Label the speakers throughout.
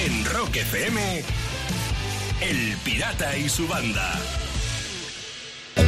Speaker 1: En Rock FM, El Pirata y su banda.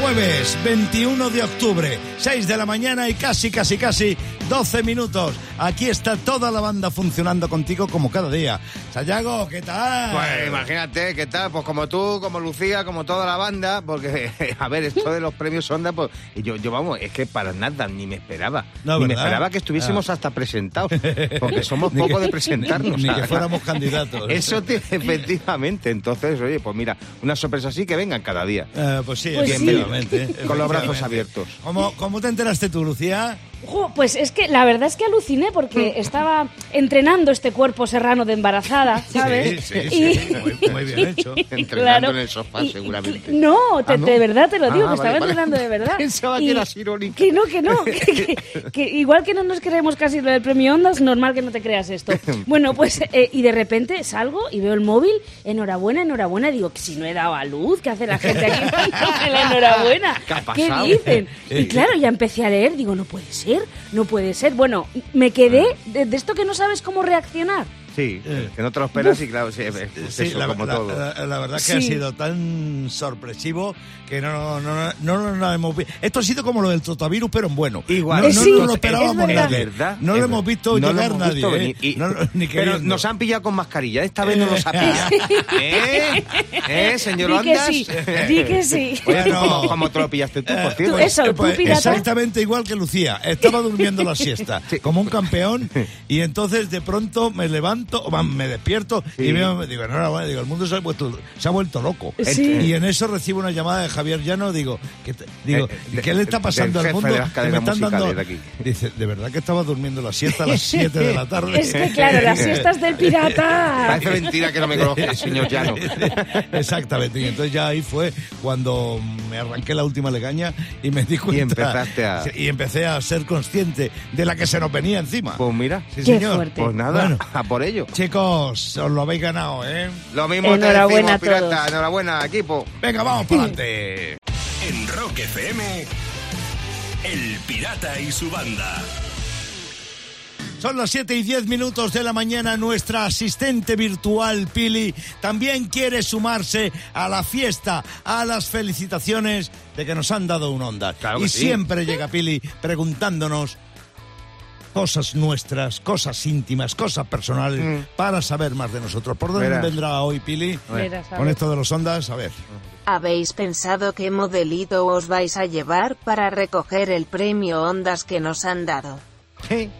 Speaker 2: Jueves 21 de octubre, 6 de la mañana y casi, casi, casi 12 minutos. Aquí está toda la banda funcionando contigo como cada día. Sayago, ¿qué tal?
Speaker 3: Pues imagínate, ¿qué tal? Pues como tú, como Lucía, como toda la banda, porque, a ver, esto de los premios Onda, pues yo, yo vamos, es que para nada, ni me esperaba.
Speaker 2: No,
Speaker 3: ni me
Speaker 2: ¿verdad?
Speaker 3: esperaba que estuviésemos
Speaker 2: Ah.
Speaker 3: hasta presentados, porque somos
Speaker 2: Ni que-
Speaker 3: pocos de presentarnos.
Speaker 2: Ni que
Speaker 3: ¿sabes?
Speaker 2: fuéramos candidatos.
Speaker 3: Pues, Eso te- efectivamente, entonces, oye, pues mira, una sorpresa así que vengan cada día.
Speaker 2: Eh, pues sí,
Speaker 4: Pues sí.
Speaker 2: efectivamente.
Speaker 3: Con los brazos
Speaker 2: efectivamente.
Speaker 3: abiertos.
Speaker 2: ¿Cómo, ¿Cómo te enteraste tú, Lucía?
Speaker 4: Jo, pues es que la verdad es que aluciné porque
Speaker 2: Mm.
Speaker 4: estaba entrenando este cuerpo serrano de embarazada, ¿sabes?
Speaker 2: Sí, sí,
Speaker 4: Pues, Y-
Speaker 2: sí, muy, muy bien hecho.
Speaker 3: Entrenando en el sofá,
Speaker 4: y- y-
Speaker 3: seguramente.
Speaker 4: No, te-
Speaker 3: Ah, ¿no?
Speaker 4: de verdad te lo digo,
Speaker 3: Ah, vale,
Speaker 4: que estaba
Speaker 3: vale.
Speaker 4: entrenando de verdad.
Speaker 3: Pensaba que
Speaker 4: Y-
Speaker 3: eras irónica.
Speaker 4: Que no, que no. Que, que- que igual que no nos creemos casi lo del premio Ondas, normal que no te creas esto. Bueno, pues, eh, y de repente salgo y veo el móvil, enhorabuena, enhorabuena. Digo, que si no he dado a luz, ¿qué hace la gente aquí dándome la enhorabuena?
Speaker 3: ¿Qué ha pasado?
Speaker 4: dicen? Y claro, ya empecé a leer, digo, no puede ser, no puede ser. Bueno, me quedé
Speaker 3: Ah.
Speaker 4: de, de esto que no sabes cómo reaccionar.
Speaker 3: Sí, que no te lo esperas y claro, sí, es
Speaker 2: Sí,
Speaker 3: eso,
Speaker 2: la,
Speaker 3: como
Speaker 2: la-
Speaker 3: todo.
Speaker 2: la- la verdad que ha
Speaker 4: Sí.
Speaker 2: sido tan sorpresivo que no no no no, no lo hemos visto. Esto ha sido como lo del trotavirus, pero en bueno.
Speaker 3: Igual.
Speaker 2: No,
Speaker 4: Eh,
Speaker 2: no,
Speaker 4: sí,
Speaker 2: no lo
Speaker 4: es
Speaker 2: esperábamos
Speaker 4: verdad.
Speaker 2: nadie.
Speaker 3: Es verdad,
Speaker 2: No
Speaker 3: es
Speaker 2: lo hemos
Speaker 3: verdad.
Speaker 2: visto
Speaker 3: No lo
Speaker 2: llegar
Speaker 3: hemos
Speaker 2: nadie.
Speaker 3: visto
Speaker 2: ¿eh?
Speaker 3: venir. Y-
Speaker 2: No lo- ni
Speaker 3: pero
Speaker 2: queriendo.
Speaker 3: nos han pillado con mascarilla. Esta vez no nos ha pillado. ¿Eh? ¿Eh, señor
Speaker 4: Di que
Speaker 3: Ondas?
Speaker 4: sí, di que sí.
Speaker 3: Oye,
Speaker 2: Bueno.
Speaker 3: ¿cómo, cómo te lo pillaste tú, por
Speaker 2: Eh,
Speaker 3: cierto?
Speaker 4: Tú, eso,
Speaker 2: eh, pues,
Speaker 4: tú, pirata.
Speaker 2: exactamente igual que Lucía. Estaba durmiendo la siesta,
Speaker 3: Sí.
Speaker 2: como un campeón, y entonces de pronto me levanto, o va, me despierto y
Speaker 3: Sí.
Speaker 2: veo, digo, enhorabuena, digo, el mundo se ha vuelto, se ha vuelto loco.
Speaker 4: Sí.
Speaker 2: Y en eso recibo una llamada de Javier Llano, digo, ¿qué, te- digo,
Speaker 3: Eh, eh,
Speaker 2: ¿qué le está
Speaker 3: del
Speaker 2: pasando al
Speaker 3: jefe
Speaker 2: mundo?
Speaker 3: de las
Speaker 2: Que
Speaker 3: cadenas
Speaker 2: me están dando...
Speaker 3: musicales de aquí.
Speaker 2: Dice, de verdad que estaba durmiendo la siesta a las 7 de la tarde.
Speaker 4: Es que claro, las siestas del pirata.
Speaker 3: Parece mentira que no me conozca, señor Llano.
Speaker 2: Exactamente, y entonces ya ahí fue cuando me arranqué la última legaña y me di cuenta.
Speaker 3: empezaste a-
Speaker 2: Y empecé a ser consciente de la que se nos venía encima.
Speaker 3: Pues mira,
Speaker 2: Sí,
Speaker 4: Qué
Speaker 2: señor.
Speaker 4: fuerte.
Speaker 3: pues nada,
Speaker 2: Bueno.
Speaker 3: a por ello.
Speaker 2: Chicos, os lo habéis ganado, ¿eh?
Speaker 3: Lo mismo te decimos,
Speaker 4: Enhorabuena a todos.
Speaker 3: pirata. Enhorabuena, equipo.
Speaker 2: Venga, vamos para adelante.
Speaker 1: En Rock FM, El Pirata y su banda.
Speaker 2: Son las 7 y 10 minutos de la mañana. Nuestra asistente virtual, Pili, también quiere sumarse a la fiesta, a las felicitaciones de que nos han dado un onda.
Speaker 3: Claro que
Speaker 2: y
Speaker 3: sí.
Speaker 2: siempre llega Pili preguntándonos cosas nuestras, cosas íntimas, cosas personales,
Speaker 3: Mm.
Speaker 2: para saber más de nosotros. ¿Por dónde
Speaker 3: Verás.
Speaker 2: vendrá hoy, Pili?
Speaker 4: Verás, a
Speaker 2: Con
Speaker 4: ver.
Speaker 2: esto de los ondas, a ver.
Speaker 5: ¿Habéis pensado qué modelito os vais a llevar para recoger el premio Ondas que nos han dado?
Speaker 3: Sí,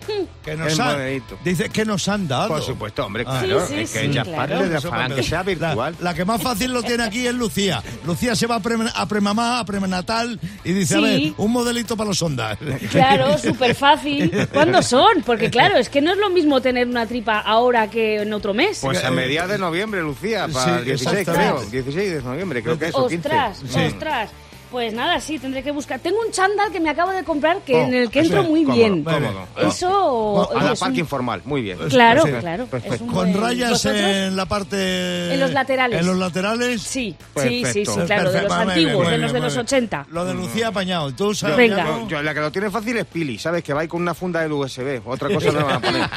Speaker 2: Que nos
Speaker 3: El
Speaker 2: han-
Speaker 3: monedito.
Speaker 2: dice que nos han dado.
Speaker 3: por supuesto, hombre,
Speaker 2: Ah,
Speaker 3: claro.
Speaker 4: sí,
Speaker 3: es
Speaker 4: sí,
Speaker 3: que ella es
Speaker 4: claro.
Speaker 3: parte de la
Speaker 2: Eso
Speaker 3: fan,
Speaker 2: cuando-
Speaker 3: que sea virtual.
Speaker 2: La, la que más fácil lo tiene aquí es Lucía. Lucía se va a, pre, a premamá, a prenatal y dice, a
Speaker 4: Sí.
Speaker 2: ver, un modelito para los ondas.
Speaker 4: Claro, súper fácil. ¿Cuándo son? Porque claro, es que no es lo mismo tener una tripa ahora que en otro mes.
Speaker 3: Pues a mediados de noviembre, Lucía, para el
Speaker 2: eh, Sí,
Speaker 3: 16, creo.
Speaker 2: exactamente.
Speaker 3: 16 de noviembre, creo que es. o Mm. 15.
Speaker 4: Ostras,
Speaker 2: Sí.
Speaker 4: ostras. Pues nada, sí, tendré que buscar. Tengo un chándal que me acabo de comprar que
Speaker 2: Oh,
Speaker 4: en el que
Speaker 2: sí,
Speaker 4: entro muy
Speaker 3: cómodo,
Speaker 4: bien.
Speaker 3: cómodo.
Speaker 4: Eso
Speaker 3: A la
Speaker 4: es un-
Speaker 3: parte informal, muy bien.
Speaker 4: Claro,
Speaker 2: Sí.
Speaker 4: claro. es
Speaker 3: Perfecto.
Speaker 4: un
Speaker 2: Con
Speaker 4: buen-
Speaker 2: rayas
Speaker 4: Pues, ¿Vosotros?
Speaker 2: en la parte...
Speaker 4: En los laterales.
Speaker 2: En los laterales.
Speaker 4: Sí, sí,
Speaker 3: Perfecto.
Speaker 4: sí, sí, claro, de
Speaker 2: Perfecto,
Speaker 4: los
Speaker 2: muy bien,
Speaker 4: antiguos,
Speaker 2: muy
Speaker 4: de
Speaker 2: bien,
Speaker 4: los de
Speaker 2: muy
Speaker 4: los
Speaker 2: bien.
Speaker 4: 80.
Speaker 2: Lo de Lucía apañado. ¿Tú sabes?
Speaker 4: Venga.
Speaker 2: Pañao?
Speaker 3: Yo, la que lo tiene fácil es Pili, ¿sabes? Que va ahí con una funda del USB. Otra cosa no me van a poner.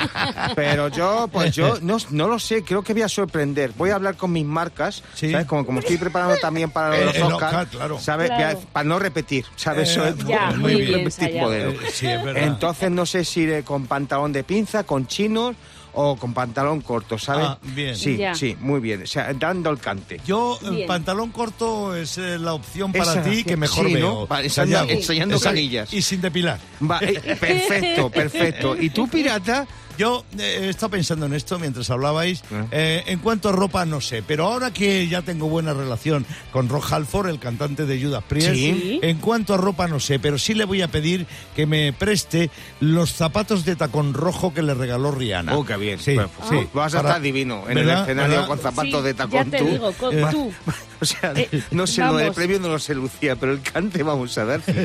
Speaker 3: Pero yo, pues yo no, no lo sé, creo que voy a sorprender. Voy a hablar con mis marcas,
Speaker 2: Sí.
Speaker 3: ¿sabes? Como, como estoy preparando también para
Speaker 2: Eh,
Speaker 3: los
Speaker 2: el
Speaker 3: Oscars,
Speaker 2: Oscar, claro.
Speaker 3: ¿sabes? Voy a-
Speaker 4: Claro.
Speaker 3: para no repetir, ¿sabes?
Speaker 2: Eh,
Speaker 3: Eso es
Speaker 4: Ya,
Speaker 3: como
Speaker 4: muy bien
Speaker 3: repetir
Speaker 4: ensayado.
Speaker 3: modelo.
Speaker 2: Eh, sí, es verdad.
Speaker 3: Entonces no sé si iré con pantalón de pinza, con chinos o con pantalón corto, ¿sabes?
Speaker 2: Ah, bien.
Speaker 3: Sí,
Speaker 4: Ya.
Speaker 3: sí, muy bien. O sea, dando el cante.
Speaker 2: Yo, el
Speaker 4: Bien.
Speaker 2: pantalón corto es eh, la opción para
Speaker 3: Esa,
Speaker 2: ti que mejor
Speaker 3: sí,
Speaker 2: veo.
Speaker 3: ¿no? Pa- enseñando-
Speaker 2: Santiago.
Speaker 3: enseñando
Speaker 2: Esa-
Speaker 3: canillas.
Speaker 2: Y sin depilar.
Speaker 3: Va, eh, perfecto, perfecto. ¿Y tú, pirata?
Speaker 2: Yo eh, he estado pensando en esto mientras hablabais.
Speaker 3: Ah.
Speaker 2: Eh, en cuanto a ropa, no sé. Pero ahora que ya tengo buena relación con Rob Halford, el cantante de Judas Priest,
Speaker 3: Sí.
Speaker 2: en cuanto a ropa, no sé. Pero sí le voy a pedir que me preste los zapatos de tacón rojo que le regaló Rihanna.
Speaker 3: Oh, qué bien.
Speaker 2: Sí,
Speaker 3: Pues,
Speaker 2: sí.
Speaker 3: pues, Vas a
Speaker 2: Para-
Speaker 3: estar divino en el
Speaker 2: ¿Verdad?
Speaker 3: escenario
Speaker 2: ¿Verdad?
Speaker 3: con zapatos
Speaker 4: Sí,
Speaker 3: de tacón.
Speaker 4: ya te
Speaker 3: tú. Eh.
Speaker 4: digo, con
Speaker 3: Va-
Speaker 4: tú.
Speaker 3: O sea,
Speaker 4: Eh,
Speaker 3: no sé lo del
Speaker 4: vamos.
Speaker 3: premio, no lo sé, Lucía, pero el cante vamos a dar. fijo.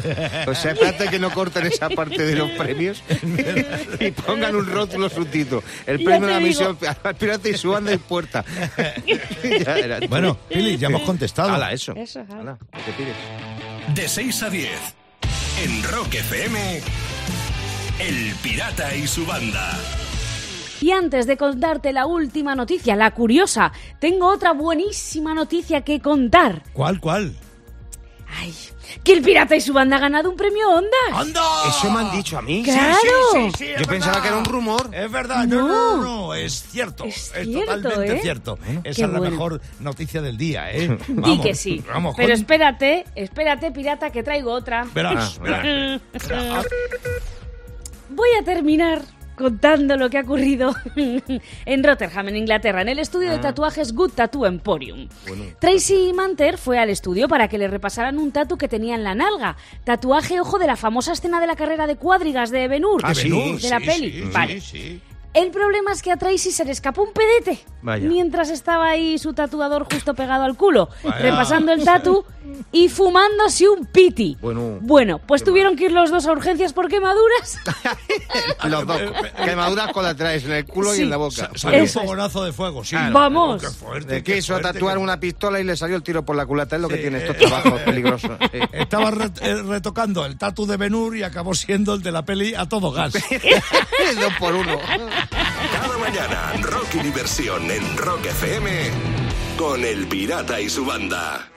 Speaker 3: O sea, espérate que no corten esa parte de los premios y pongan un rótulo sustituto. El
Speaker 4: Ya
Speaker 3: premio de
Speaker 4: te
Speaker 3: la
Speaker 4: digo.
Speaker 3: misión al pirata y su banda de puerta. Ya era.
Speaker 2: Bueno, Pili, ya hemos contestado.
Speaker 3: Hala, eso.
Speaker 4: Eso, ajá.
Speaker 3: Hala, te pides.
Speaker 1: De 6 a 10, en Rock FM, El Pirata y su banda.
Speaker 4: Y antes de contarte la última noticia, la curiosa, tengo otra buenísima noticia que contar.
Speaker 2: ¿Cuál, cuál?
Speaker 4: Ay, que el pirata y su banda han ganado un premio Ondas.
Speaker 2: ¡Anda!
Speaker 3: Eso me han dicho a mí.
Speaker 4: ¿Qué? Claro.
Speaker 2: es
Speaker 3: Yo pensaba
Speaker 2: verdad.
Speaker 3: que era un rumor.
Speaker 2: Es verdad, no, no,
Speaker 4: No.
Speaker 2: no, no, es cierto. Es,
Speaker 4: Es cierto,
Speaker 2: totalmente
Speaker 4: ¿eh?
Speaker 2: cierto. Esa
Speaker 4: Qué
Speaker 2: es la
Speaker 4: bueno.
Speaker 2: mejor noticia del día, ¿eh?
Speaker 4: Di que sí.
Speaker 2: Vamos,
Speaker 4: Pero
Speaker 2: con-
Speaker 4: espérate, espérate, pirata, que traigo otra.
Speaker 2: Verás, verás. Ah,
Speaker 4: Voy a terminar contando lo que ha ocurrido en Rotterdam, en Inglaterra, en el estudio
Speaker 2: Ah.
Speaker 4: de tatuajes Good Tattoo Emporium. Tracy Manter fue al estudio para que le repasaran un tatu que tenía en la nalga, tatuaje ojo de la famosa escena de la carrera de cuadrigas de Ben-Hur,
Speaker 3: Ah,
Speaker 2: de
Speaker 3: sí.
Speaker 2: Benur,
Speaker 4: de la
Speaker 2: sí,
Speaker 4: peli.
Speaker 2: sí,
Speaker 4: vale.
Speaker 2: sí, sí.
Speaker 4: El problema es que a Tracy se le escapó un pedete
Speaker 3: Vaya.
Speaker 4: mientras estaba ahí su tatuador justo pegado al culo,
Speaker 2: Vaya.
Speaker 4: repasando el tatu y fumándose un piti.
Speaker 3: Bueno.
Speaker 4: pues tuvieron que ir los dos a urgencias por quemaduras. Eh,
Speaker 3: Los dos. Quemaduras colaterales en el culo y
Speaker 4: Sí.
Speaker 3: en la boca.
Speaker 2: Sa- Salió un
Speaker 4: Eso es.
Speaker 2: fogonazo de fuego, sí. Oh,
Speaker 4: Claro. Vamos.
Speaker 2: Qué fuerte,
Speaker 3: Le
Speaker 2: qué
Speaker 3: quiso
Speaker 2: fuerte,
Speaker 3: tatuar
Speaker 2: qué-
Speaker 3: una pistola y le salió el tiro por la culata. Es lo que
Speaker 2: Sí.
Speaker 3: tiene estos trabajos peligrosos. Sí.
Speaker 2: Estaba re- eh, retocando el tatu de Benur y acabó siendo el de la peli a todo gas.
Speaker 3: Dos por uno.
Speaker 1: Cada mañana, rock y diversión en Rock FM con el pirata y su banda.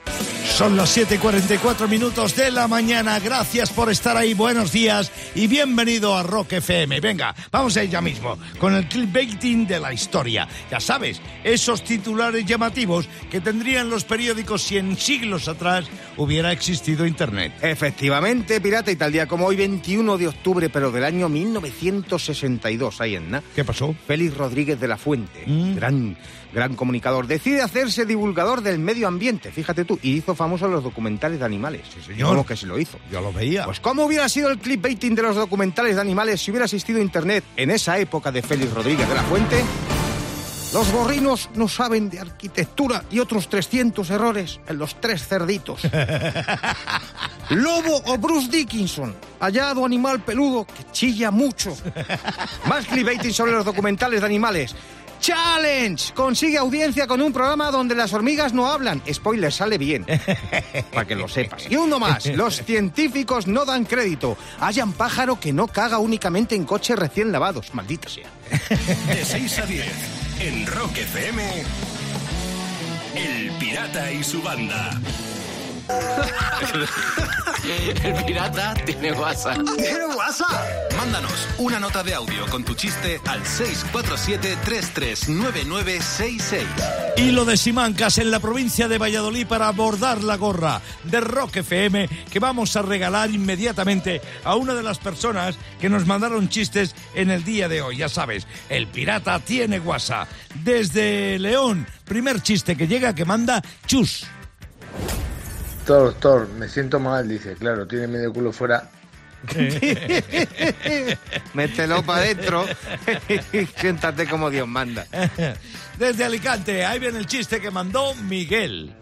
Speaker 2: Son las 7:44 minutos de la mañana. Gracias por estar ahí. Buenos días y bienvenido a Rock FM. Venga, vamos a ir ya mismo con el clickbaiting de la historia. Ya sabes, esos titulares llamativos que tendrían los periódicos si en siglos atrás hubiera existido Internet.
Speaker 3: Efectivamente, pirata, y tal día como hoy, 21 de octubre, pero del año 1962, ahí en na.
Speaker 2: ¿Qué pasó?
Speaker 3: Félix Rodríguez de la Fuente,
Speaker 2: Mm.
Speaker 3: gran, gran comunicador, decide hacerse divulgador del medio ambiente, fíjate tú, y hizo famosos los documentales de animales. Sí,
Speaker 2: señor.
Speaker 3: ¿Cómo que se lo hizo?
Speaker 2: Yo lo veía.
Speaker 3: Pues ¿cómo hubiera sido el clipbaiting de los documentales de animales si hubiera existido Internet en esa época de Félix Rodríguez de la Fuente? Los gorrinos no saben de arquitectura y otros 300 errores en los tres cerditos. Lobo o Bruce Dickinson, hallado animal peludo que chilla mucho. Más clickbaiting sobre los documentales de animales. Challenge consigue audiencia con un programa donde las hormigas no hablan. Spoiler, sale bien. Para que lo sepas. Y uno más. Los científicos no dan crédito. Hayan pájaro que no caga únicamente en coches recién lavados. Maldita sea.
Speaker 1: De 6 a 10 en Rock FM, el pirata y su banda.
Speaker 6: El pirata tiene WhatsApp.
Speaker 1: ¿Tiene WhatsApp?
Speaker 6: Mándanos una nota de audio con tu chiste al 647-339966.
Speaker 2: Y lo de Simancas en la provincia de Valladolid para abordar la gorra de Rock FM que vamos a regalar inmediatamente a una de las personas que nos mandaron chistes en el día de hoy. Ya sabes, el pirata tiene guasa. Desde León, primer chiste que llega que manda Chus.
Speaker 7: Doctor, doctor, me siento mal, dice, claro, tiene medio culo fuera.
Speaker 3: Mételo para adentro y siéntate como Dios manda.
Speaker 2: Desde Alicante, ahí viene el chiste que mandó Miguel.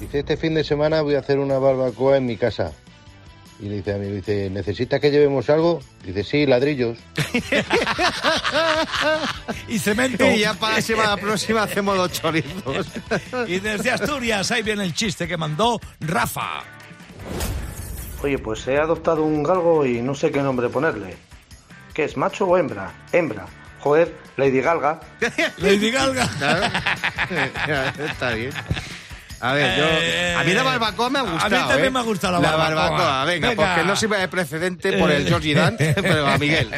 Speaker 7: Dice, este fin de semana voy a hacer una barbacoa en mi casa. Y le dice a mí, dice, ¿necesitas que llevemos algo? Dice, sí, ladrillos.
Speaker 2: Y cemento.
Speaker 3: Y ya para la semana próxima hacemos los chorizos.
Speaker 2: Y desde Asturias, ahí viene el chiste que mandó Rafa.
Speaker 8: Oye, pues he adoptado un galgo y no sé qué nombre ponerle. ¿Qué es, macho o hembra? Hembra. Joder, Lady Galga.
Speaker 2: Lady Galga.
Speaker 3: Está bien. A ver, yo. A mí la barbacoa me ha
Speaker 2: Eh, a
Speaker 3: gustado.
Speaker 2: mí también
Speaker 3: ¿eh?
Speaker 2: me ha gustado la
Speaker 3: La
Speaker 2: barbacoa.
Speaker 3: barbacoa, venga,
Speaker 2: Venga. Eh.
Speaker 3: porque no sirve de precedente por el Georgie Dan, pero a Miguel.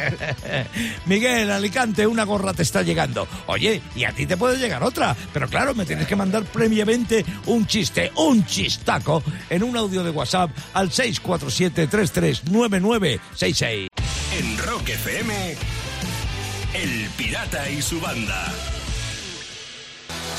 Speaker 2: Miguel, Alicante, una gorra te está llegando. Oye, y a ti te puede llegar otra. Pero claro, me tienes que mandar previamente un chiste, un chistaco, en un audio de WhatsApp al 647-339966.
Speaker 1: En Rock FM, el pirata y su banda.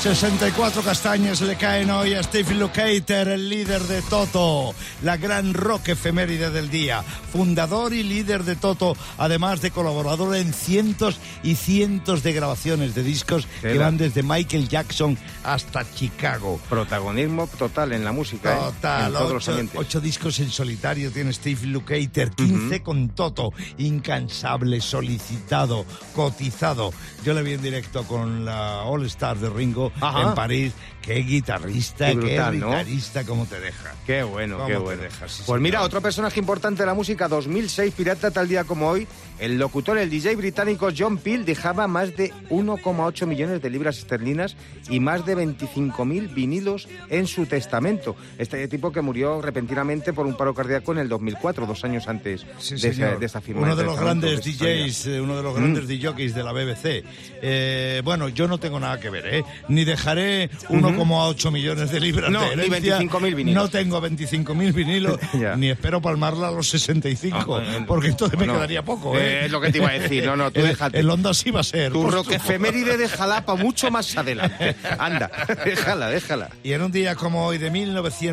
Speaker 2: 64 castañas le caen hoy a Steve Lukather, el líder de Toto, la gran rock efeméride del día, fundador y líder de Toto, además de colaborador en cientos y cientos de grabaciones de discos que
Speaker 3: Tela.
Speaker 2: van desde Michael Jackson hasta Chicago.
Speaker 3: Protagonismo total en la música. ¿eh? En
Speaker 2: Total,
Speaker 3: todos los
Speaker 2: ocho,
Speaker 3: ambientes.
Speaker 2: ocho discos en solitario tiene Steve Lukather, 15 con Toto, incansable, solicitado, cotizado. Yo le vi en directo con la All Star de Ringo concierto
Speaker 3: Ajá.
Speaker 2: en París. Qué guitarrista,
Speaker 3: Qué
Speaker 2: qué,
Speaker 3: brutal, ¿no?
Speaker 2: guitarrista, cómo te deja.
Speaker 3: Qué bueno,
Speaker 2: ¿Cómo
Speaker 3: qué
Speaker 2: te
Speaker 3: bueno.
Speaker 2: dejas, sí,
Speaker 3: pues mira,
Speaker 2: señor?
Speaker 3: otro personaje importante de la música 2006, pirata tal día como hoy, el locutor, el DJ británico John Peel dejaba más de 1,8 millones de libras esterlinas y más de 25.000 vinilos en su testamento. Este tipo que murió repentinamente por un paro cardíaco en el 2004, dos años antes
Speaker 2: Sí,
Speaker 3: de, esa,
Speaker 2: señor.
Speaker 3: de esa firma.
Speaker 2: Uno de
Speaker 3: del
Speaker 2: los
Speaker 3: testamento,
Speaker 2: grandes
Speaker 3: de esa historia.
Speaker 2: DJs, eh, uno de los
Speaker 3: Mm.
Speaker 2: grandes DJs de la BBC. Eh, bueno, yo no tengo nada que ver, ¿eh? Ni dejaré 1,8 millones de libras
Speaker 3: No,
Speaker 2: de
Speaker 3: ni
Speaker 2: herencia.
Speaker 3: 25.000 vinilos.
Speaker 2: No tengo 25.000 vinilos,
Speaker 3: Ya.
Speaker 2: ni espero palmarla a los 65,
Speaker 3: Ah, bueno.
Speaker 2: porque entonces me
Speaker 3: Bueno,
Speaker 2: quedaría poco, ¿eh?
Speaker 3: eh, es lo que te iba a decir. No, no, tú
Speaker 2: El-
Speaker 3: déjate.
Speaker 2: El Honda sí va a ser.
Speaker 3: Tu
Speaker 2: póstumo.
Speaker 3: rock efeméride de Jalapa mucho más adelante. Anda, déjala, déjala.
Speaker 2: Y en un día como hoy de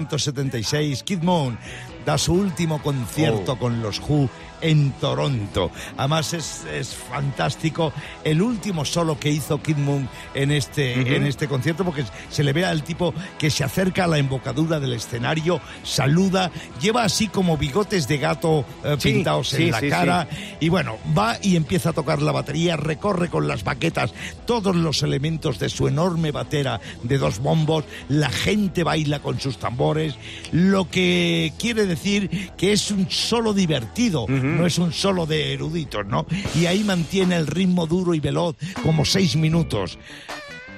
Speaker 2: 1976, Kid Moon da su último concierto
Speaker 3: Oh.
Speaker 2: con los Who en Toronto. Además es, es fantástico el último solo que hizo Kid Moon en este, en este concierto porque se le ve al tipo que se acerca a la embocadura del escenario, saluda, lleva así como bigotes de gato eh,
Speaker 3: Sí,
Speaker 2: pintados
Speaker 3: sí,
Speaker 2: en la
Speaker 3: sí,
Speaker 2: cara y bueno, va y empieza a tocar la batería, recorre con las baquetas todos los elementos de su enorme batera de dos bombos, la gente baila con sus tambores, lo que quiere decir que es un solo divertido, no es un solo de eruditos, ¿no? Y ahí mantiene el ritmo duro y veloz, como seis minutos.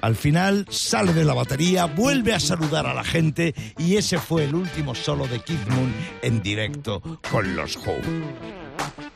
Speaker 2: Al final sale de la batería, vuelve a saludar a la gente y ese fue el último solo de Kid Moon en directo con los Who.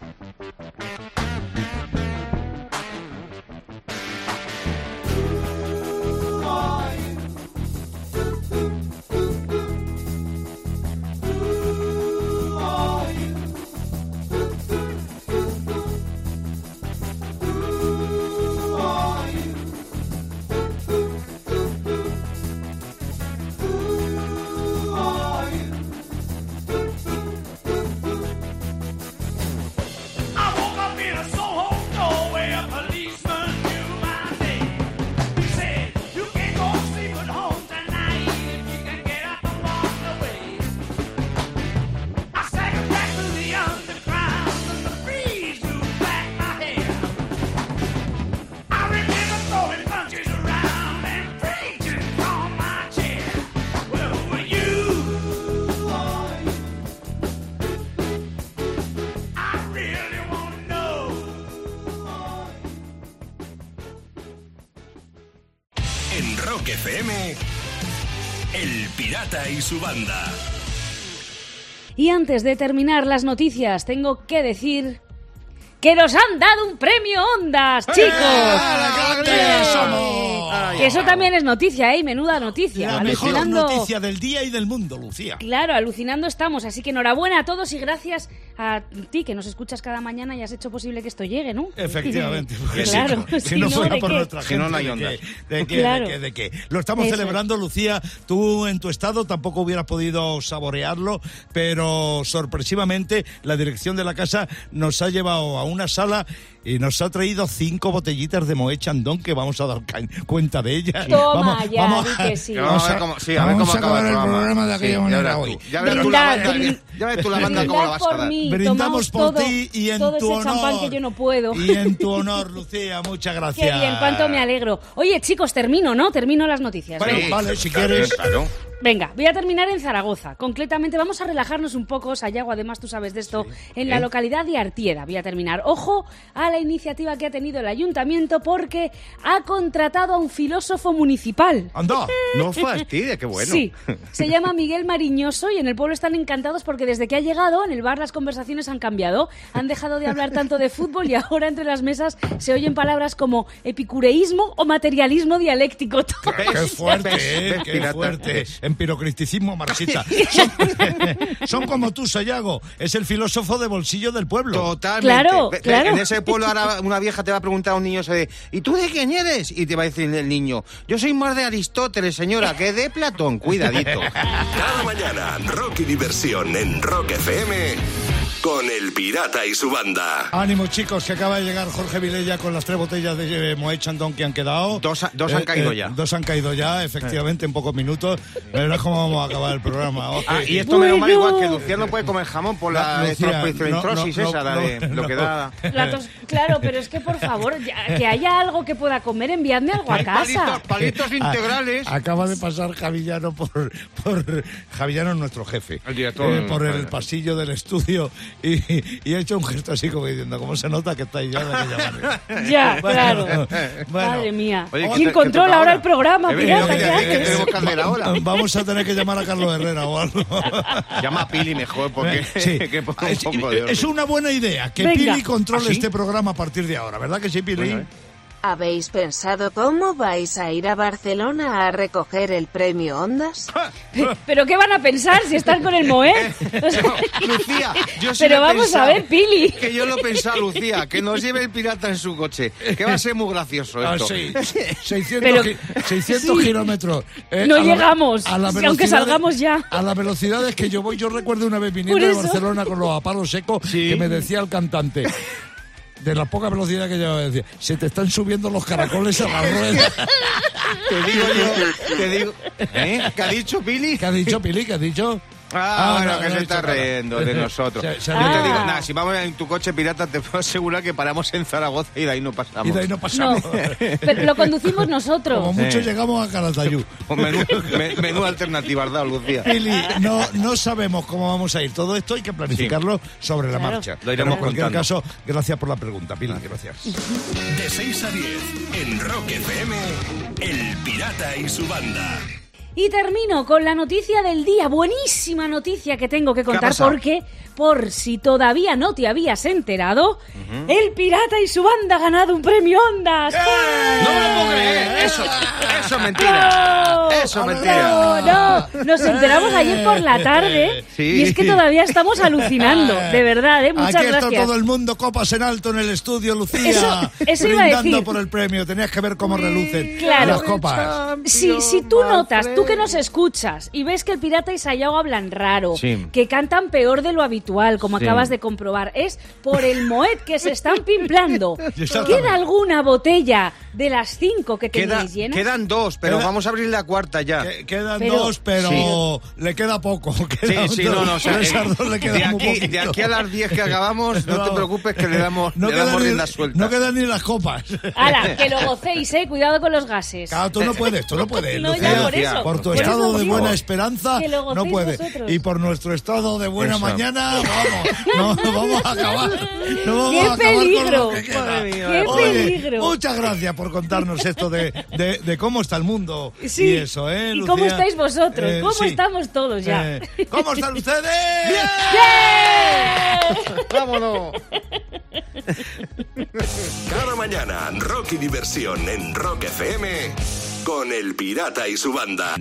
Speaker 1: En Rock FM, El Pirata y su banda.
Speaker 4: Y antes de terminar las noticias, tengo que decir que nos han dado un premio Ondas, chicos.
Speaker 2: ¡Ah, la grande somos!
Speaker 4: Eh, Que eso también es noticia, ¿eh? Menuda noticia.
Speaker 2: La mejor
Speaker 4: Alucinando.
Speaker 2: noticia del día y del mundo, Lucía.
Speaker 4: Claro, alucinando estamos, así que enhorabuena a todos y gracias a ti que nos escuchas cada mañana y has hecho posible que esto llegue, ¿no?
Speaker 2: Efectivamente. porque
Speaker 4: claro,
Speaker 2: si, si no fuera
Speaker 4: ¿de
Speaker 2: por
Speaker 4: qué?
Speaker 2: nuestra
Speaker 3: Si
Speaker 2: gente,
Speaker 3: no, no hay
Speaker 2: ¿de
Speaker 3: ondas.
Speaker 2: qué? ¿de qué?
Speaker 4: Claro.
Speaker 2: ¿De qué? ¿De qué? Lo estamos
Speaker 4: Eso
Speaker 2: celebrando, Lucía. Tú en tu estado tampoco hubieras podido saborearlo, pero sorpresivamente la dirección de la casa nos ha llevado a una sala y nos ha traído cinco botellitas de Moe Chandon que vamos a dar ca- cuenta de ellas.
Speaker 4: Toma
Speaker 2: vamos,
Speaker 4: ya,
Speaker 2: vamos
Speaker 4: di
Speaker 2: a-
Speaker 4: que sí.
Speaker 2: Vamos
Speaker 3: Vamos a
Speaker 2: a,
Speaker 3: ver cómo- sí, a ver
Speaker 2: vamos
Speaker 3: cómo
Speaker 2: a
Speaker 3: acaba
Speaker 2: acabar
Speaker 3: el
Speaker 2: el
Speaker 3: programa.
Speaker 2: programa de
Speaker 3: Sí,
Speaker 2: aquella
Speaker 3: ya verás
Speaker 2: manera
Speaker 3: tú.
Speaker 2: hoy.
Speaker 3: Ya verás tú la
Speaker 4: Brindad,
Speaker 3: banda,
Speaker 4: brind-
Speaker 3: ya verás tú la banda cómo la
Speaker 4: brindad
Speaker 3: vas a
Speaker 4: por
Speaker 3: dar.
Speaker 4: mí. Y
Speaker 2: Brindamos
Speaker 4: tomaos
Speaker 2: por
Speaker 4: todo-
Speaker 2: ti y en tu
Speaker 4: todo ese
Speaker 2: honor.
Speaker 4: champán que yo no puedo.
Speaker 2: Y en tu honor, Lucía, muchas
Speaker 4: Qué
Speaker 2: gracias.
Speaker 4: bien, cuánto me alegro. Oye, chicos, termino, ¿no? Termino las noticias.
Speaker 2: Bueno,
Speaker 3: Sí,
Speaker 2: vale, si
Speaker 3: claro,
Speaker 2: quieres.
Speaker 3: claro.
Speaker 4: Venga, voy a terminar en Zaragoza. Concretamente, vamos a relajarnos un poco, Sayago, además tú sabes de esto, en la localidad de Artieda. Voy a terminar. Ojo a la iniciativa que ha tenido el ayuntamiento porque ha contratado a un filósofo municipal.
Speaker 2: Anda.
Speaker 3: No fastidia, qué bueno.
Speaker 4: Sí, se llama Miguel Mariñoso y en el pueblo están encantados porque desde que ha llegado en el bar las conversaciones han cambiado. Han dejado de hablar tanto de fútbol y ahora entre las mesas se oyen palabras como epicureísmo o materialismo dialéctico.
Speaker 2: Qué fuerte,
Speaker 3: ves,
Speaker 2: eh,
Speaker 3: ves,
Speaker 2: qué
Speaker 3: pirata,
Speaker 2: fuerte.
Speaker 3: ves.
Speaker 2: Empirocriticismo marxista. Son, son como tú, Sayago. Es el filósofo de bolsillo del pueblo.
Speaker 3: Totalmente.
Speaker 4: Claro,
Speaker 3: Ve- ve-
Speaker 4: claro.
Speaker 3: En ese pueblo ahora una vieja te va a preguntar a un niño, se de, ¿y tú de quién eres? Y te va a decir el niño, yo soy más de Aristóteles, señora, que de Platón, cuidadito.
Speaker 1: Cada mañana, rock y diversión en Rock FM con el pirata y su banda.
Speaker 2: Ánimo, chicos, que acaba de llegar Jorge Vilella con las tres botellas de eh, Moët Chandon que han quedado. Eh,
Speaker 3: Dos ha- dos han caído ya.
Speaker 2: Dos han caído ya, efectivamente, en pocos minutos. Verás cómo vamos a acabar el programa. hoy.
Speaker 3: Ah, y esto menos mal
Speaker 4: Bueno.
Speaker 3: igual que Lucía no puede comer jamón por la
Speaker 2: No, Lucía,
Speaker 3: electropoetrosis
Speaker 2: no, no,
Speaker 3: esa, la
Speaker 2: no,
Speaker 3: de
Speaker 2: no,
Speaker 3: lo que
Speaker 2: no.
Speaker 3: da.
Speaker 4: Platos, claro, pero es que por favor, ya- que haya algo que pueda comer, enviadme algo a casa.
Speaker 3: Palitos, palitos integrales.
Speaker 2: A- Ah, acaba de pasar Javillano por, por Javillano es nuestro jefe.
Speaker 3: El director.
Speaker 2: Eh, por el pasillo del estudio y, y ha hecho un gesto así como diciendo, ¿cómo se nota que estáis ya de que llamarle?".
Speaker 4: Ya,
Speaker 2: Bueno,
Speaker 4: claro.
Speaker 2: bueno.
Speaker 4: Madre mía.
Speaker 3: Oye, ¿qué
Speaker 4: ¿Quién
Speaker 3: te- qué
Speaker 4: controla
Speaker 3: toca
Speaker 4: ahora
Speaker 3: ahora?
Speaker 4: el programa,
Speaker 3: Eh, lo
Speaker 4: pirata?
Speaker 3: que
Speaker 4: ¿Qué
Speaker 3: te- que
Speaker 4: haces?
Speaker 3: tenemos que hacer ahora?
Speaker 2: Vamos a tener que llamar a Carlos Herrera o algo.
Speaker 3: Llama a Pili mejor porque
Speaker 2: ah. Sí.
Speaker 3: que ponga un
Speaker 2: Es,
Speaker 3: poco de
Speaker 2: es
Speaker 3: orden.
Speaker 2: una buena idea que
Speaker 4: Venga.
Speaker 2: Pili controle
Speaker 3: ¿Ah, sí? eh.
Speaker 2: este programa a partir de ahora, ¿verdad que sí, Pili?
Speaker 5: ¿Habéis pensado cómo vais a ir a Barcelona a recoger el premio Ondas?
Speaker 4: ¿Pero qué van a pensar si están con el Moed?
Speaker 3: Eh,
Speaker 4: O sea,
Speaker 3: Lucía, yo sí
Speaker 4: Pero
Speaker 3: lo he
Speaker 4: vamos a
Speaker 3: pensado.
Speaker 4: ver, Pili.
Speaker 3: Que yo lo pensaba, Lucía, que nos lleve el pirata en su coche. Que va a ser muy gracioso
Speaker 2: Ah,
Speaker 3: esto.
Speaker 2: sí. 600,
Speaker 4: Pero-
Speaker 2: ki- 600
Speaker 4: sí.
Speaker 2: kilómetros. Eh,
Speaker 4: No
Speaker 2: a la-
Speaker 4: llegamos,
Speaker 2: a la
Speaker 4: si aunque
Speaker 2: velocidad de-
Speaker 4: salgamos ya.
Speaker 2: A las velocidades que yo voy, yo recuerdo una vez viniendo
Speaker 4: Por
Speaker 2: de
Speaker 4: eso.
Speaker 2: Barcelona con los aparos secos que me decía el cantante. De la poca velocidad que llevaba, decía, se te están subiendo los caracoles a la rueda.
Speaker 3: Te digo yo, te digo. ¿Eh? ¿Qué ha dicho Pili?
Speaker 2: ¿Qué has dicho, Pili? ¿Qué has dicho?
Speaker 3: Ah, bueno,
Speaker 2: no,
Speaker 3: que
Speaker 2: no he
Speaker 3: se
Speaker 2: dicho
Speaker 3: está
Speaker 2: nada.
Speaker 3: riendo de nosotros.
Speaker 2: Se- se ha
Speaker 3: Yo te
Speaker 4: rido.
Speaker 3: digo,
Speaker 4: Ah.
Speaker 3: nada, si vamos en tu coche pirata, te puedo asegurar que paramos en Zaragoza y de ahí no pasamos.
Speaker 2: Y de ahí no
Speaker 4: no,
Speaker 2: pasamos.
Speaker 4: pero lo conducimos
Speaker 2: Como
Speaker 4: nosotros.
Speaker 2: mucho
Speaker 3: Sí.
Speaker 2: llegamos a Calatayud.
Speaker 3: Pues Menú, me- menú alternativa, has dado, Lucía?
Speaker 2: Pili, no, no sabemos cómo vamos a ir. Todo esto hay que planificarlo sobre la
Speaker 4: Claro.
Speaker 2: marcha.
Speaker 3: Lo iremos
Speaker 2: Pero en cualquier
Speaker 3: contando.
Speaker 2: caso, gracias por la pregunta, Pili, gracias.
Speaker 1: De 6 a 10 en Rock FM, El Pirata y su banda.
Speaker 4: Y termino con la noticia del día, buenísima noticia que tengo que contar
Speaker 3: pasado?
Speaker 4: porque, por si todavía no te habías enterado, el pirata y su banda han ganado un premio
Speaker 3: ¡Eh!
Speaker 4: Ondas.
Speaker 3: No me lo puedo creer. ¿eh? Eso, eso es mentira.
Speaker 4: ¡Bravo!
Speaker 3: Eso es mentira.
Speaker 4: ¡Bravo! No, nos enteramos ayer por la tarde
Speaker 3: Sí.
Speaker 4: y es que todavía estamos alucinando, de verdad, ¿eh? Muchas
Speaker 2: Ah. Aquí está
Speaker 4: gracias.
Speaker 2: todo el mundo, copas en alto en el estudio, Lucía.
Speaker 4: Eso- eso iba a
Speaker 2: brindando
Speaker 4: decir.
Speaker 2: por el premio. Tenías que ver cómo relucen
Speaker 4: Claro.
Speaker 2: las copas.
Speaker 4: Si, si tú notas, tú que nos escuchas y ves que el pirata y Sayago hablan raro,
Speaker 3: Sí.
Speaker 4: que cantan peor de lo habitual, como
Speaker 3: Sí.
Speaker 4: acabas de comprobar, es por el moed que se están pimplando.
Speaker 2: Exactamente.
Speaker 4: ¿Queda alguna botella de las cinco que
Speaker 3: Queda-
Speaker 4: tenéis llenas?
Speaker 3: quedan dos, pero
Speaker 2: Queda-
Speaker 3: vamos a abrir la cuarta ya.
Speaker 2: Que- Quedan
Speaker 4: Pero-
Speaker 2: dos, pero le queda poco.
Speaker 3: Sí,
Speaker 2: quedan
Speaker 3: sí,
Speaker 2: dos,
Speaker 3: no, no. o sea,
Speaker 2: pero esas
Speaker 3: eh,
Speaker 2: dos le quedan
Speaker 3: de,
Speaker 2: muy
Speaker 3: aquí, de
Speaker 2: poquito.
Speaker 3: aquí a las 10 que acabamos, no te
Speaker 2: Vamos.
Speaker 3: preocupes que le damos,
Speaker 2: no
Speaker 3: le
Speaker 2: quedan
Speaker 3: damos
Speaker 2: ni-
Speaker 3: rienda suelta.
Speaker 2: No quedan ni las copas.
Speaker 4: Ala, que lo gocéis, eh, cuidado con los gases.
Speaker 2: Claro, tú no puedes, tú no puedes.
Speaker 4: No,
Speaker 2: Lucía.
Speaker 4: ya por
Speaker 3: Lucía,
Speaker 4: eso.
Speaker 2: Por tu
Speaker 4: Por
Speaker 2: estado
Speaker 4: eso
Speaker 2: de
Speaker 4: digo
Speaker 2: buena esperanza,
Speaker 4: que lo
Speaker 2: no
Speaker 4: gocéis
Speaker 2: puede.
Speaker 4: vosotros.
Speaker 2: Y por nuestro estado de buena
Speaker 3: Eso.
Speaker 2: mañana, vamos, no vamos a acabar. No vamos
Speaker 4: ¡Qué
Speaker 2: a acabar
Speaker 4: peligro!
Speaker 2: Con lo que queda.
Speaker 4: Madre mía. ¡Qué
Speaker 2: Oye,
Speaker 4: peligro!
Speaker 2: Muchas gracias por contarnos esto de, de- de cómo está el mundo
Speaker 4: Sí.
Speaker 2: y eso, ¿eh?
Speaker 4: ¿Y
Speaker 2: Lucía? Eh,
Speaker 4: cómo estáis vosotros? ¿Cómo
Speaker 2: sí.
Speaker 4: estamos todos ya?
Speaker 2: Eh, ¿Cómo están ustedes?
Speaker 3: Vámonos.
Speaker 1: Cada mañana, rock y diversión en Rock FM con El Pirata y su banda.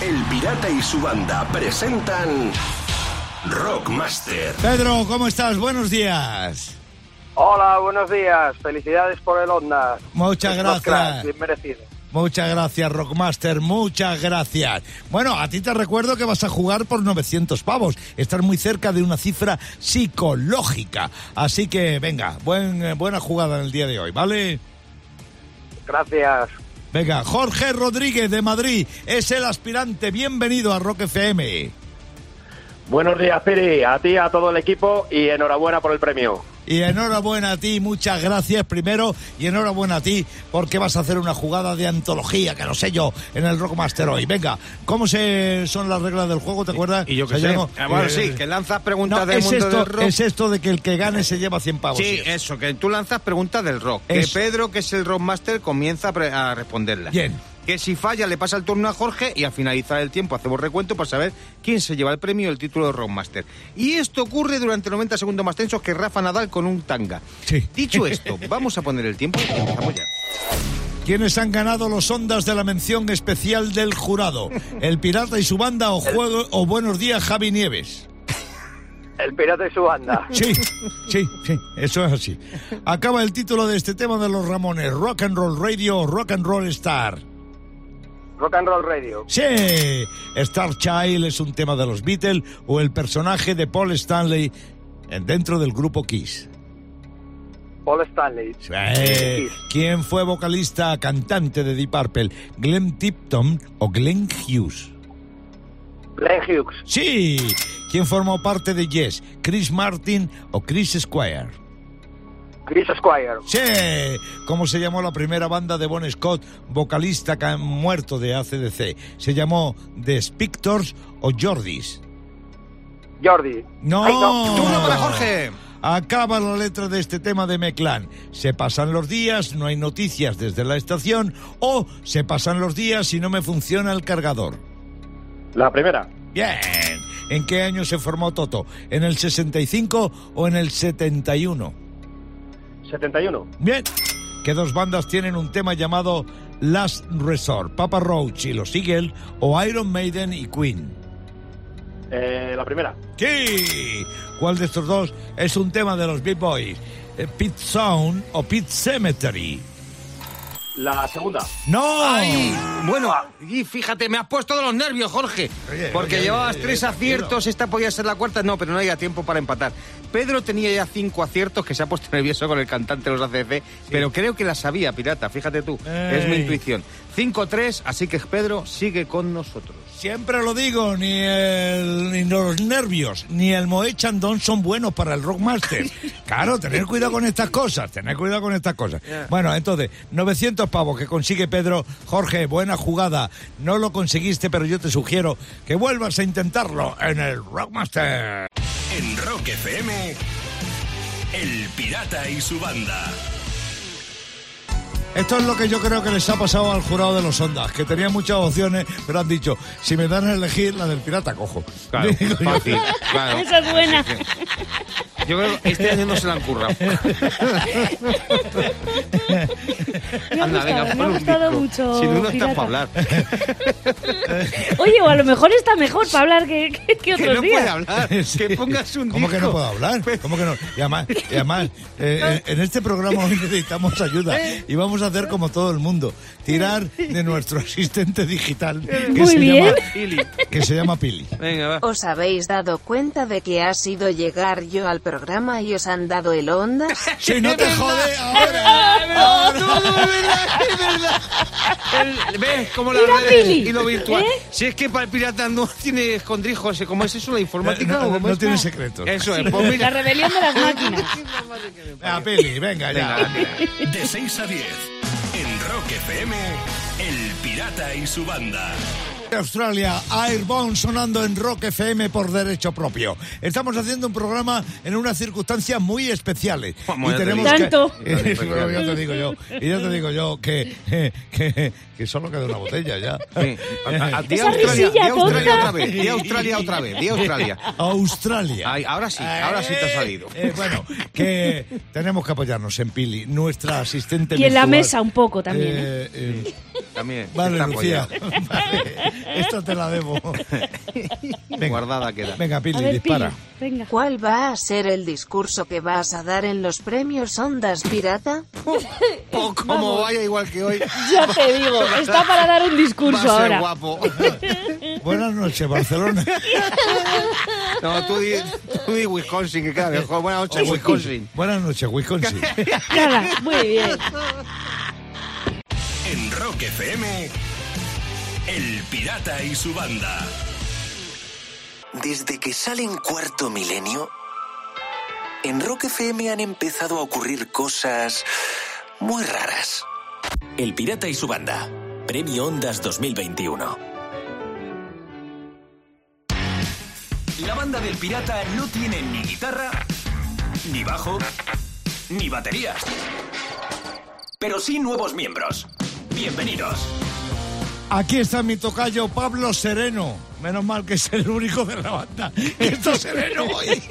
Speaker 1: El Pirata y su banda presentan Rockmaster.
Speaker 2: Pedro, ¿cómo estás? Buenos días.
Speaker 8: Hola, buenos días. Felicidades por el Ondas.
Speaker 2: Muchas
Speaker 8: Es unos
Speaker 2: gracias.
Speaker 8: cracks, Bien merecido.
Speaker 2: Muchas gracias, Rockmaster. Muchas gracias. Bueno, a ti te recuerdo que vas a jugar por 900 pavos. Estás muy cerca de una cifra psicológica. Así que, venga, buen, eh, buena jugada en el día de hoy, ¿vale?
Speaker 8: Gracias.
Speaker 2: Venga, Jorge Rodríguez de Madrid es el aspirante. Bienvenido a Rock FM.
Speaker 9: Buenos días, Piri, a ti, a todo el equipo y enhorabuena por el premio.
Speaker 2: Y enhorabuena a ti, muchas gracias primero. Y enhorabuena a ti porque vas a hacer una jugada de antología, que lo sé yo, en el Rockmaster hoy. Venga, ¿cómo se son las reglas del juego? ¿Te acuerdas?
Speaker 3: Y yo que sé.
Speaker 2: Santiago?
Speaker 3: Ah, bueno,
Speaker 2: Eh,
Speaker 3: sí, que lanzas preguntas
Speaker 2: No,
Speaker 3: del
Speaker 2: es,
Speaker 3: mundo
Speaker 2: esto,
Speaker 3: del rock.
Speaker 2: es esto de que el que gane se lleva 100 pavos.
Speaker 3: Sí, eh. eso, que tú lanzas preguntas del rock.
Speaker 2: Eso.
Speaker 3: Que Pedro, que es el rockmaster, comienza a pre- a responderlas.
Speaker 2: Bien.
Speaker 3: Que si falla le pasa el turno a Jorge y al finalizar el tiempo hacemos recuento para saber quién se lleva el premio y el título de rockmaster. Y esto ocurre durante 90 segundos más tensos que Rafa Nadal con un tanga.
Speaker 2: Sí.
Speaker 3: Dicho esto, vamos a poner el tiempo y empezamos ya.
Speaker 2: ¿Quiénes han ganado los ondas de la mención especial del jurado? ¿El Pirata y su banda o juego o Buenos días Javi Nieves?
Speaker 9: El pirata y su banda.
Speaker 2: Sí, sí, sí, eso es así. Acaba el título de este tema de los Ramones, Rock and Roll Radio o Rock and Roll Star.
Speaker 9: Rock and Roll Radio.
Speaker 2: Sí, Star Child es un tema de los Beatles o el personaje de Paul Stanley eh, dentro del grupo Kiss.
Speaker 10: Paul Stanley.
Speaker 2: Eh, ¿Quién fue vocalista, cantante de Deep Purple? ¿Glenn Tipton o Glenn Hughes?
Speaker 10: Glenn Hughes.
Speaker 2: Sí. ¿Quién formó parte de Yes? ¿Chris Martin o Chris Squire?
Speaker 10: Chris Squire.
Speaker 2: Sí. ¿Cómo se llamó la primera banda de Bon Scott, vocalista ca- muerto de ACDC? ¿Se llamó The Spictors o Jordis?
Speaker 10: Jordi.
Speaker 2: No.
Speaker 10: Ay, no.
Speaker 2: Turno
Speaker 10: para
Speaker 2: Jorge. Acaba la letra de este tema de Meclán. Se pasan los días, no hay noticias desde la estación o se pasan los días y no me funciona el cargador.
Speaker 9: La primera.
Speaker 2: Bien. ¿En qué año se formó Toto? ¿En el 65 o en el 71?
Speaker 9: 71.
Speaker 2: Bien. ¿Qué dos bandas tienen un tema llamado Last Resort? ¿Papa Roach y los Eagles o Iron Maiden y Queen?
Speaker 9: Eh, la primera.
Speaker 2: Sí. ¿Cuál de estos dos es un tema de los Beat Boys? Eh, ¿Pit Sound o Pit Cemetery?
Speaker 9: La segunda.
Speaker 2: ¡No!
Speaker 3: Ay, bueno, y fíjate, me has puesto de los nervios, Jorge.
Speaker 2: Oye,
Speaker 3: Porque
Speaker 2: oye,
Speaker 3: llevabas
Speaker 2: oye,
Speaker 3: tres
Speaker 2: oye,
Speaker 3: aciertos, esta podía ser la cuarta, no, pero no había tiempo para empatar. Pedro tenía ya cinco aciertos que se ha puesto nervioso con el cantante de los ACC, pero creo que la sabía, pirata, fíjate tú, es mi
Speaker 2: Ey.
Speaker 3: intuición. 5-3, así que Pedro sigue con nosotros.
Speaker 2: Siempre lo digo, ni, el- ni los nervios ni el Moe Chandon son buenos para el Rockmaster. Claro, tener cuidado con estas cosas, tener cuidado con estas cosas. Bueno, entonces, 900 pavos que consigue Pedro. Jorge, buena jugada. No lo conseguiste, pero yo te sugiero que vuelvas a intentarlo en el Rockmaster.
Speaker 1: En Rock FM, El Pirata y su banda.
Speaker 2: Esto es lo que yo creo que les ha pasado al jurado de los Ondas, que tenía muchas opciones, pero han dicho, si me dan a elegir la del pirata, cojo.
Speaker 3: Claro,
Speaker 2: Digo yo.
Speaker 3: fácil, claro.
Speaker 4: Esa es buena.
Speaker 3: Yo creo que este año no se la han currado.
Speaker 4: Me ha
Speaker 3: Anda, venga,
Speaker 4: gustado, me
Speaker 3: pon
Speaker 4: ha
Speaker 3: un
Speaker 4: gustado
Speaker 3: micro.
Speaker 4: mucho.
Speaker 3: Si no, no estás
Speaker 4: pirata.
Speaker 3: para hablar.
Speaker 4: Oye, o a lo mejor está mejor para hablar que, que, que
Speaker 3: Que
Speaker 4: otros
Speaker 3: no
Speaker 4: días.
Speaker 3: puede hablar, Ah, que pongas un
Speaker 2: ¿Cómo que no
Speaker 3: disco. Pues-
Speaker 2: puedo hablar? ¿Cómo que no? Y además, y además, eh, en en este programa hoy necesitamos ayuda
Speaker 3: Eh.
Speaker 2: y vamos a hacer como todo el mundo, tirar de nuestro asistente digital que,
Speaker 4: Muy
Speaker 2: se,
Speaker 4: bien.
Speaker 2: Llama, que se llama Pili.
Speaker 3: Venga, va.
Speaker 5: ¿Os habéis dado cuenta de que ha sido llegar yo al programa y os han dado el Ondas?
Speaker 2: Si no te jode ahora.
Speaker 3: No, no, es verdad, es verdad. El- ¿Ves cómo las
Speaker 4: Mira,
Speaker 3: redes
Speaker 4: Pili.
Speaker 3: y lo virtual?
Speaker 4: ¿Eh?
Speaker 3: Si es que para el pirata no tiene escondrijo, ese- ¿cómo es eso? ¿La informática
Speaker 2: No,
Speaker 3: o
Speaker 2: no,
Speaker 3: cómo
Speaker 2: no
Speaker 3: es?
Speaker 2: tiene secretos.
Speaker 3: Eso es, pues
Speaker 4: La
Speaker 3: mira.
Speaker 4: rebelión de las máquinas.
Speaker 2: Ah, Pili, venga ya.
Speaker 1: De 6 a 10, en Rock FM, El Pirata y su banda.
Speaker 2: Australia, Airborne sonando en Rock FM por derecho propio. Estamos haciendo un programa en unas circunstancias muy especiales.
Speaker 3: Vamos,
Speaker 2: y
Speaker 3: ya te
Speaker 2: tenemos que...
Speaker 4: digo. Tanto.
Speaker 2: Eh, bueno, ya te digo yo, y ya te digo yo que, eh, que, que solo queda una botella ya.
Speaker 3: A- a- Di
Speaker 4: Esa
Speaker 3: Australia, di
Speaker 4: risilla
Speaker 3: Australia
Speaker 4: tonta.
Speaker 3: otra vez, di Australia otra vez, di Australia.
Speaker 2: Australia.
Speaker 3: Ay, ahora sí, ahora sí te ha salido.
Speaker 2: Eh, eh, bueno, que tenemos que apoyarnos en Pili, nuestra asistente.
Speaker 4: Y en la
Speaker 2: virtual.
Speaker 4: mesa un poco también,
Speaker 2: Eh, eh,
Speaker 3: También.
Speaker 2: Vale,
Speaker 3: está
Speaker 2: Lucía.
Speaker 3: apoyado.
Speaker 2: Vale, esta te la debo. Venga,
Speaker 3: Guardada queda.
Speaker 2: venga Pili,
Speaker 4: a ver,
Speaker 2: dispara.
Speaker 4: Pili, venga.
Speaker 5: ¿Cuál va a ser el discurso que vas a dar en los premios Ondas Pirata?
Speaker 3: O como vaya igual que hoy.
Speaker 4: Oh, Ya te digo, está para dar un
Speaker 3: Va a
Speaker 4: discurso
Speaker 3: ser
Speaker 4: ahora.
Speaker 3: guapo.
Speaker 2: Buenas noches, Barcelona.
Speaker 3: No, tú di, tú di Wisconsin, que queda mejor. Buenas noches, Wisconsin.
Speaker 2: Buenas noches, Wisconsin.
Speaker 4: Nada, muy bien.
Speaker 1: En Rock FM, El Pirata y su banda.
Speaker 11: Desde que salen cuarto milenio, en Rock FM han empezado a ocurrir cosas muy raras. El Pirata y su banda. Premio Ondas 2021.
Speaker 1: La banda del pirata no tiene ni guitarra, ni bajo, ni baterías. Pero sí nuevos miembros. Bienvenidos.
Speaker 2: Aquí está mi tocayo Pablo Sereno. Menos mal que es el único de la banda. que está sereno hoy.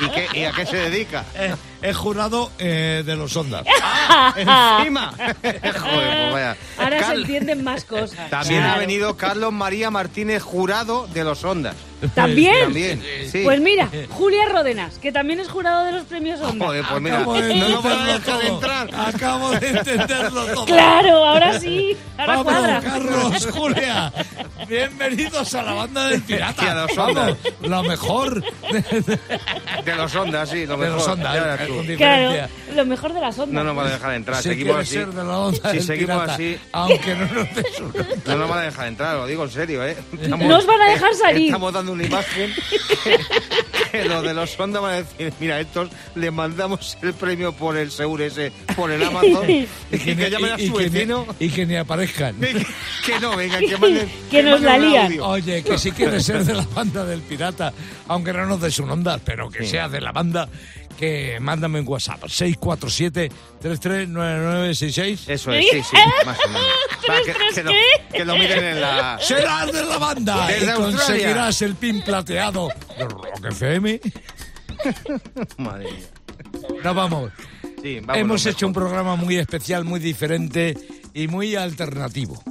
Speaker 3: ¿Y, qué- ¿Y a qué se dedica?
Speaker 2: Eh, he jurado eh, de los ondas.
Speaker 3: Encima. Joder, pues vaya.
Speaker 4: Ah. Ahora se
Speaker 3: Carl-
Speaker 4: entienden más cosas.
Speaker 3: También
Speaker 4: Claro.
Speaker 3: ha venido Carlos María Martínez Jurado de los Ondas.
Speaker 4: ¿También?
Speaker 3: También, sí.
Speaker 4: Pues mira, Julia Ródenas, que también es jurado de los premios Onda.
Speaker 3: Joder, pues mira,
Speaker 2: Acabo de
Speaker 3: no me
Speaker 2: entenderlo
Speaker 3: deja de
Speaker 2: todo.
Speaker 3: entrar.
Speaker 2: Acabo de entenderlo todo.
Speaker 4: Claro, ahora sí. Ahora
Speaker 2: Vamos,
Speaker 4: cuadra.
Speaker 2: Carlos, Julia. Bienvenidos a la banda del pirata.
Speaker 3: Y a los
Speaker 2: Vamos,
Speaker 3: Ondas.
Speaker 2: lo mejor
Speaker 3: De los ondas, sí, lo
Speaker 2: de
Speaker 3: mejor.
Speaker 2: los ondas. eh,
Speaker 3: Ya verás tú.
Speaker 2: con diferencia.
Speaker 4: Claro, lo mejor de las ondas.
Speaker 3: No nos van a dejar entrar.
Speaker 2: Si quieres
Speaker 3: seguimos así.
Speaker 2: ser de la onda
Speaker 3: si
Speaker 2: del
Speaker 3: seguimos
Speaker 2: pirata,
Speaker 3: así,
Speaker 2: aunque no nos des
Speaker 3: no nos van a dejar entrar, lo digo en serio, ¿eh?
Speaker 4: No os van a dejar salir.
Speaker 3: Estamos dando una imagen que, que los de los ondas van a decir, mira, estos les mandamos el premio por el seguro ese, por el Amazon, y que, llamen a
Speaker 2: y
Speaker 3: su
Speaker 2: que ni-
Speaker 3: vecino.
Speaker 2: y que ni aparezcan.
Speaker 3: Que no, venga, que manden.
Speaker 4: Que nos
Speaker 3: manden
Speaker 4: la
Speaker 3: un
Speaker 4: lían.
Speaker 3: audio.
Speaker 2: Oye, que si quieres ser de la banda del pirata, aunque no nos des un onda, pero que sea de la banda, que mándame un WhatsApp. 647-339966.
Speaker 3: Eso es, sí, sí, más o menos. Va, que, que lo, que lo miren en la.
Speaker 2: Serás de la banda
Speaker 3: Desde
Speaker 2: y
Speaker 3: Australia.
Speaker 2: conseguirás el pin plateado de Rock FM.
Speaker 3: Madre mía.
Speaker 2: Nos vamos.
Speaker 3: Sí, vámonos
Speaker 2: Hemos
Speaker 3: mejor.
Speaker 2: hecho un programa muy especial, muy diferente y muy alternativo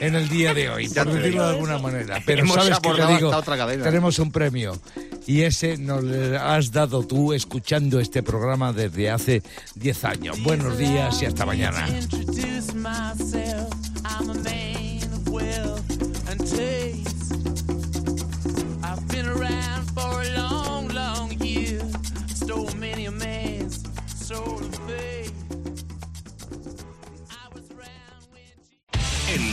Speaker 2: en el día de hoy,
Speaker 3: Ya
Speaker 2: por
Speaker 3: te
Speaker 2: decirlo
Speaker 3: digo.
Speaker 2: de alguna manera. Pero
Speaker 3: Hemos
Speaker 2: sabes que te
Speaker 3: abordado
Speaker 2: digo,
Speaker 3: hasta otra cadena. ¿eh?
Speaker 2: tenemos un premio y ese nos lo has dado tú escuchando este programa desde hace 10 años. Buenos días y hasta mañana.
Speaker 12: introduce myself. I'm a man of wealth and taste. I've been around for a long, long year. Stole many a man's soul of faith.
Speaker 1: En